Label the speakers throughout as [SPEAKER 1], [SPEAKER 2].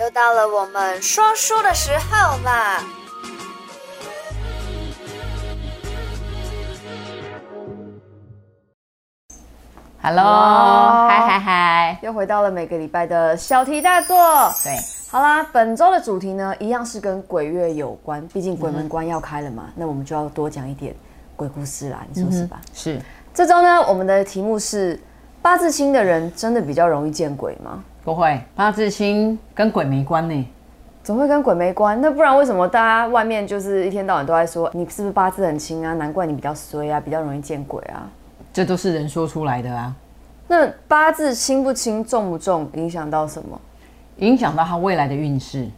[SPEAKER 1] 又到了我们说书的时候啦！
[SPEAKER 2] Hello，
[SPEAKER 3] 哇
[SPEAKER 2] 嗨嗨嗨，
[SPEAKER 3] 又回到了每个礼拜的小题大做。
[SPEAKER 2] 对，
[SPEAKER 3] 好啦，本周的主题呢，一样是跟鬼月有关，毕竟鬼门关要开了嘛，
[SPEAKER 1] 嗯
[SPEAKER 3] 那我们就要多讲一点鬼故事啦，你说是吧？
[SPEAKER 2] 是
[SPEAKER 3] 这周呢，我们的题目是：八字星的人真的比较容易见鬼吗？
[SPEAKER 2] 不会，八字星跟鬼没关呢。
[SPEAKER 3] 总会跟鬼没关，那不然为什么大家外面就是一天到晚都在说你是不是八字很轻啊？难怪你比较衰啊，比较容易见鬼啊？
[SPEAKER 2] 这都是人说出来的啊，
[SPEAKER 3] 那八字轻不轻、重不重，影响到什么？
[SPEAKER 2] 影响到他未来的运势。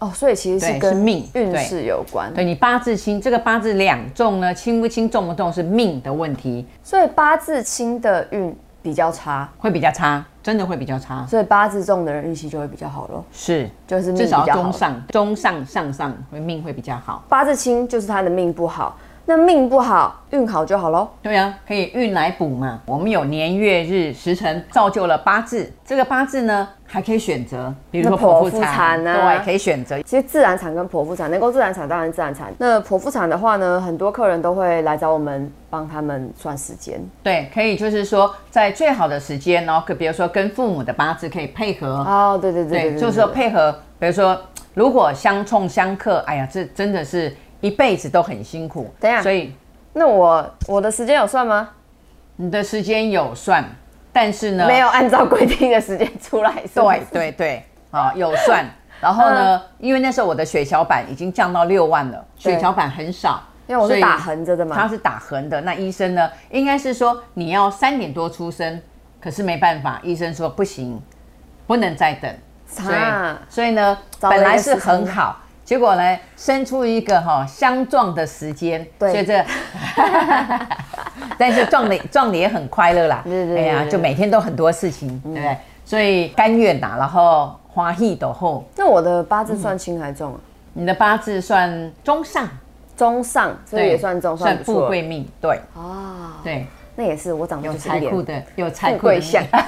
[SPEAKER 3] 哦，所以其实
[SPEAKER 2] 对
[SPEAKER 3] 是
[SPEAKER 2] 是
[SPEAKER 3] 跟
[SPEAKER 2] 命
[SPEAKER 3] 运
[SPEAKER 2] 对
[SPEAKER 3] 势有关。
[SPEAKER 2] 对你八字星，这个八字两重呢，轻不轻重不重是命的问题，
[SPEAKER 3] 所以八字轻的运比较差，
[SPEAKER 2] 会比较差，真的会比较差。
[SPEAKER 3] 所以八字重的人运气就会比较好咯，
[SPEAKER 2] 是，
[SPEAKER 3] 就是命
[SPEAKER 2] 至
[SPEAKER 3] 比
[SPEAKER 2] 少
[SPEAKER 3] 较
[SPEAKER 2] 要
[SPEAKER 3] 好
[SPEAKER 2] 中。上，中上上上会命会比较好。
[SPEAKER 3] 八字轻就是他的命不好，那命不好，运好就好咯。
[SPEAKER 2] 对啊，可以运来补嘛。我们有年月日时辰，造就了八字。这个八字呢，还可以选择，比如说
[SPEAKER 3] 那剖
[SPEAKER 2] 剖腹
[SPEAKER 3] 腹
[SPEAKER 2] 产，
[SPEAKER 3] 产啊
[SPEAKER 2] 对，可以选择。
[SPEAKER 3] 其实自然产跟剖腹产，能够自然产当然自然产。那剖腹产的话呢，很多客人都会来找我们帮他们算时间。
[SPEAKER 2] 对，可以就是说在最好的时间，然后跟比如说跟父母的八字可以配合，
[SPEAKER 3] 哦，对对对对对，
[SPEAKER 2] 就是说配合，比如说如果相冲相克，哎呀，这真的是一辈子都很辛苦。
[SPEAKER 3] 等一下
[SPEAKER 2] 所以
[SPEAKER 3] 那我我的时间有算吗？
[SPEAKER 2] 你的时间有算，但是呢，
[SPEAKER 3] 没有按照规定的时间出来是不是
[SPEAKER 2] 嗯对对对，啊、有算。 然后呢，因为那时候我的血小板已经降到六万了，
[SPEAKER 3] 嗯对
[SPEAKER 2] 血小板很少，
[SPEAKER 3] 因为我
[SPEAKER 2] 所
[SPEAKER 3] 是
[SPEAKER 2] 以
[SPEAKER 3] 打横着的嘛。
[SPEAKER 2] 它是打横的。那医生呢，应该是说你要三点多出生，可是没办法，医生说不行，不能再等。所以
[SPEAKER 3] 啊，
[SPEAKER 2] 所以呢，
[SPEAKER 3] 找了
[SPEAKER 2] 本
[SPEAKER 3] 一个
[SPEAKER 2] 来是
[SPEAKER 3] 时辰
[SPEAKER 2] 很好，结果呢，生出一个哈、相撞的时间，
[SPEAKER 3] 对
[SPEAKER 2] 所以这， 但是撞的撞的也很快乐啦，哎
[SPEAKER 3] 对对对对对嗯
[SPEAKER 2] 就每天都很多事情，对不对？所以甘愿呐，然后花喜斗后，
[SPEAKER 3] 那我的八字算轻还重啊？
[SPEAKER 2] 你的八字算中上，
[SPEAKER 3] 中上，所以也算中，算
[SPEAKER 2] 算
[SPEAKER 3] 不
[SPEAKER 2] 富
[SPEAKER 3] 错
[SPEAKER 2] 贵命，对
[SPEAKER 3] 啊。
[SPEAKER 2] 对，
[SPEAKER 3] 那也是，我长得
[SPEAKER 2] 有
[SPEAKER 3] 就是一
[SPEAKER 2] 财
[SPEAKER 3] 脸
[SPEAKER 2] 库的，有财
[SPEAKER 3] 富
[SPEAKER 2] 库的
[SPEAKER 3] 贵相
[SPEAKER 2] 命。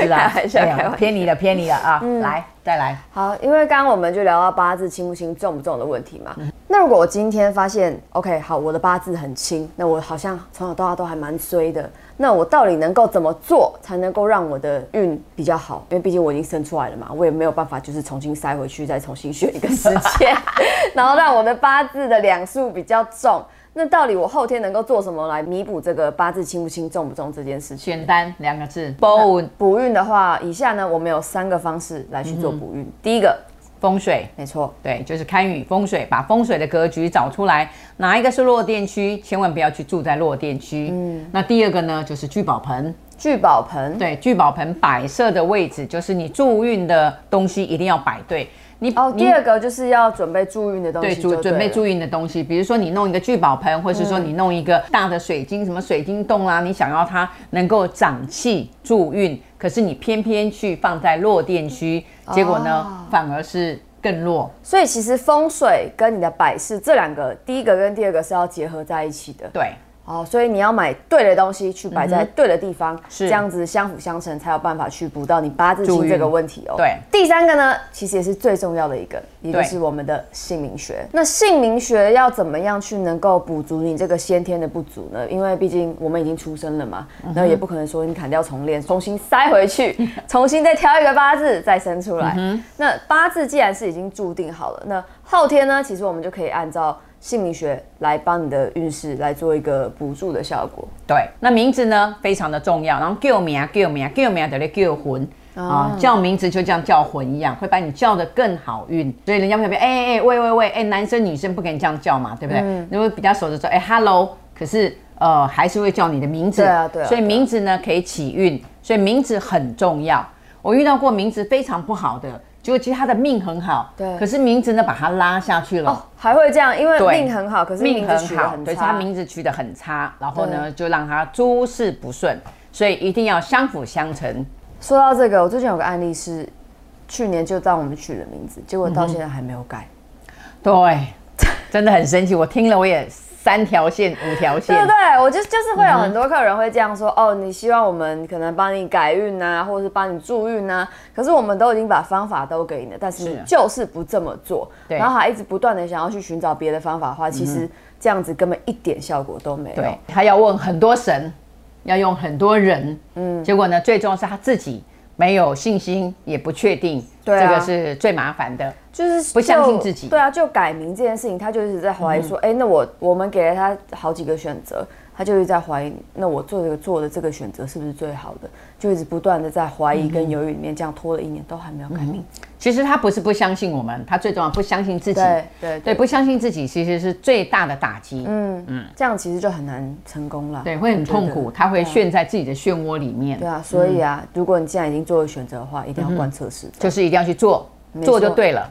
[SPEAKER 2] 是啦
[SPEAKER 3] 开玩笑
[SPEAKER 2] 哎呀
[SPEAKER 3] 开玩笑嗯
[SPEAKER 2] 偏离了，偏离了啊！来，再来，
[SPEAKER 3] 好，因为刚刚我们就聊到八字轻不轻、重不重的问题嘛。
[SPEAKER 2] 嗯
[SPEAKER 3] 那如果我今天发现，OK，好，我的八字很轻，那我好像从小到大都还蛮衰的。那我到底能够怎么做才能够让我的运比较好？因为毕竟我已经生出来了嘛，我也没有办法就是重新塞回去，再重新选一个时 间，然后让我的八字的两数比较重。那到底我后天能够做什么来弥补这个八字轻不轻、重不重这件事情？
[SPEAKER 2] 简单两个
[SPEAKER 3] 嗯
[SPEAKER 2] 字，包
[SPEAKER 3] 补运的话，以下呢，我们有三个方式来去
[SPEAKER 2] 嗯
[SPEAKER 3] 做补运。第一个，
[SPEAKER 2] 风水。
[SPEAKER 3] 没错，
[SPEAKER 2] 对，就是堪舆风水，把风水的格局找出来，哪一个是弱电区，千万不要去住在弱电区。嗯，那第二个呢，就是聚宝盆。
[SPEAKER 3] 聚宝盆，
[SPEAKER 2] 对，聚宝盆摆设的位置，就是你助运的东西一定要摆对。你
[SPEAKER 3] 哦，
[SPEAKER 2] 你
[SPEAKER 3] 第二个就是要准备助运的东西
[SPEAKER 2] 对，
[SPEAKER 3] 就对
[SPEAKER 2] 准准备
[SPEAKER 3] 了嗯
[SPEAKER 2] 助运的东西，比如说你弄一个聚宝盆，或是说你弄一个大的水晶，什么水晶洞啦、你想要它能够长气助运，可是你偏偏去放在弱电区，结果呢，
[SPEAKER 3] 哦
[SPEAKER 2] 反而是更弱。
[SPEAKER 3] 所以其实风水跟你的摆饰这两个，第一个跟第二个是要结合在一起的。
[SPEAKER 2] 对，
[SPEAKER 3] 哦，所以你要买对的东西去摆在对的地方，
[SPEAKER 2] 嗯是
[SPEAKER 3] 这样子相辅相成，才有办法去补到你八字
[SPEAKER 2] 助
[SPEAKER 3] 星
[SPEAKER 2] 运
[SPEAKER 3] 这个问题哦。
[SPEAKER 2] 对
[SPEAKER 3] 第三个呢，其实也是最重要的一个，也就
[SPEAKER 2] 对
[SPEAKER 3] 是我们的姓名学。那姓名学要怎么样去能够补足你这个先天的不足呢？因为毕竟我们已经出生了嘛，
[SPEAKER 2] 嗯
[SPEAKER 3] 那也不可能说你砍掉重练，重新塞回 去，重新再挑一个八字再生出来。
[SPEAKER 2] 嗯
[SPEAKER 3] 那八字既然是已经注定好了，那后天呢，其实我们就可以按照。姓名学来帮你的运势来做一个补助的效果。
[SPEAKER 2] 对，那名字呢非常的重要，然后叫名啊叫名叫名等于叫魂。
[SPEAKER 3] 哦
[SPEAKER 2] 啊，叫名字就像叫魂一样，会把你叫得更好运，所以人家会说，哎哎哎，喂喂喂，哎、男生女生不跟你这样叫嘛，对不对？
[SPEAKER 3] 嗯
[SPEAKER 2] 因为比较熟的时候，哎、h e l l o 可是呃还是会叫你的名字，
[SPEAKER 3] 对啊对啊
[SPEAKER 2] 所以
[SPEAKER 3] 对啊
[SPEAKER 2] 名字呢可以起运，所以名字很重要。我遇到过名字非常不好的，结果其实他的命很好，
[SPEAKER 3] 对
[SPEAKER 2] 可是名字呢把他拉下去了，
[SPEAKER 3] 哦，还会这样，因为
[SPEAKER 2] 对
[SPEAKER 3] 命很好，可是
[SPEAKER 2] 命
[SPEAKER 3] 名字
[SPEAKER 2] 很
[SPEAKER 3] 取得
[SPEAKER 2] 好，
[SPEAKER 3] 很
[SPEAKER 2] 对，
[SPEAKER 3] 差。
[SPEAKER 2] 他名字取得很差，然后呢，就让他诸事不顺，所以一定要相辅相成。
[SPEAKER 3] 说到这个，我最近有个案例是，去年就让我们取的 名字，结果到现在还没有改。
[SPEAKER 2] 对，真的很神奇，我听了我也三条线、五条线，
[SPEAKER 3] 对不对？我就就是会有很多客人会这样说，哦，你希望我们可能帮你改运呐、或者是帮你助运呐、可是我们都已经把方法都给你了，但是你
[SPEAKER 2] 是啊
[SPEAKER 3] 就是不这么做，
[SPEAKER 2] 对嗯
[SPEAKER 3] 然后还一直不断的想要去寻找别的方法的话，其实这样子根本一点效果都没有。
[SPEAKER 2] 对，还要问很多神，要用很多人，嗯，结果呢，最终是他自己没有信心，也不确定，
[SPEAKER 3] 对啊
[SPEAKER 2] 这个是最麻烦的。
[SPEAKER 3] 就是
[SPEAKER 2] 不相信
[SPEAKER 3] 就
[SPEAKER 2] 自己嗯
[SPEAKER 3] 对啊，就改名这件事情，他就一直在怀疑说，哎、那我我们给了他好几个选择，他就一直在怀疑，那我做这个做的这个选择是不是最好的？就一直不断的在怀疑
[SPEAKER 2] 嗯
[SPEAKER 3] 跟犹豫里面，这样拖了一年都还没有改名。
[SPEAKER 2] 其实他不是不相信我们，他最重要不相信自己，
[SPEAKER 3] 对对
[SPEAKER 2] 对，
[SPEAKER 3] 对
[SPEAKER 2] 不相信自己其实是最大的打击，
[SPEAKER 3] 嗯嗯，这样其实就很难成功了。
[SPEAKER 2] 对，会很痛苦，他会陷在自己的漩涡里面，
[SPEAKER 3] 嗯对啊，所
[SPEAKER 2] 嗯
[SPEAKER 3] 以啊，如果你既然已经做了选择的话，一定要贯彻始终。
[SPEAKER 2] 就是一定要去做，
[SPEAKER 3] 错
[SPEAKER 2] 做就对了。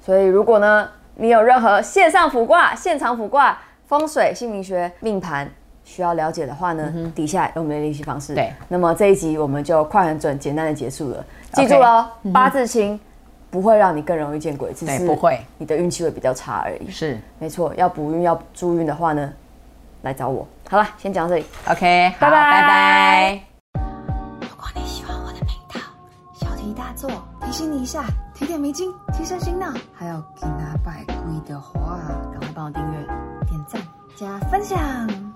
[SPEAKER 3] 所以如果呢，你有任何线上卜卦、现场卜卦、风水、姓名学、命盘。需要了解的话呢，底下有我们的联系方式。
[SPEAKER 2] 嗯对，
[SPEAKER 3] 那么这一集我们就快、很准、简单的结束了。记住喽，八字轻不会让你更容易见鬼，只
[SPEAKER 2] 嗯对
[SPEAKER 3] 是
[SPEAKER 2] 不会
[SPEAKER 3] 你的运气会比较差而已。
[SPEAKER 2] 是
[SPEAKER 3] 没错，要补运要助运的话呢，来找我。好了，先讲到这里。
[SPEAKER 2] ，OK，好，
[SPEAKER 3] 拜拜
[SPEAKER 2] 拜拜
[SPEAKER 4] 如果你喜欢我的频道，小题大做，提醒你一下，提点迷津，提升心脑。还有给拿百贵的话，赶快帮我订阅、点赞、加分享。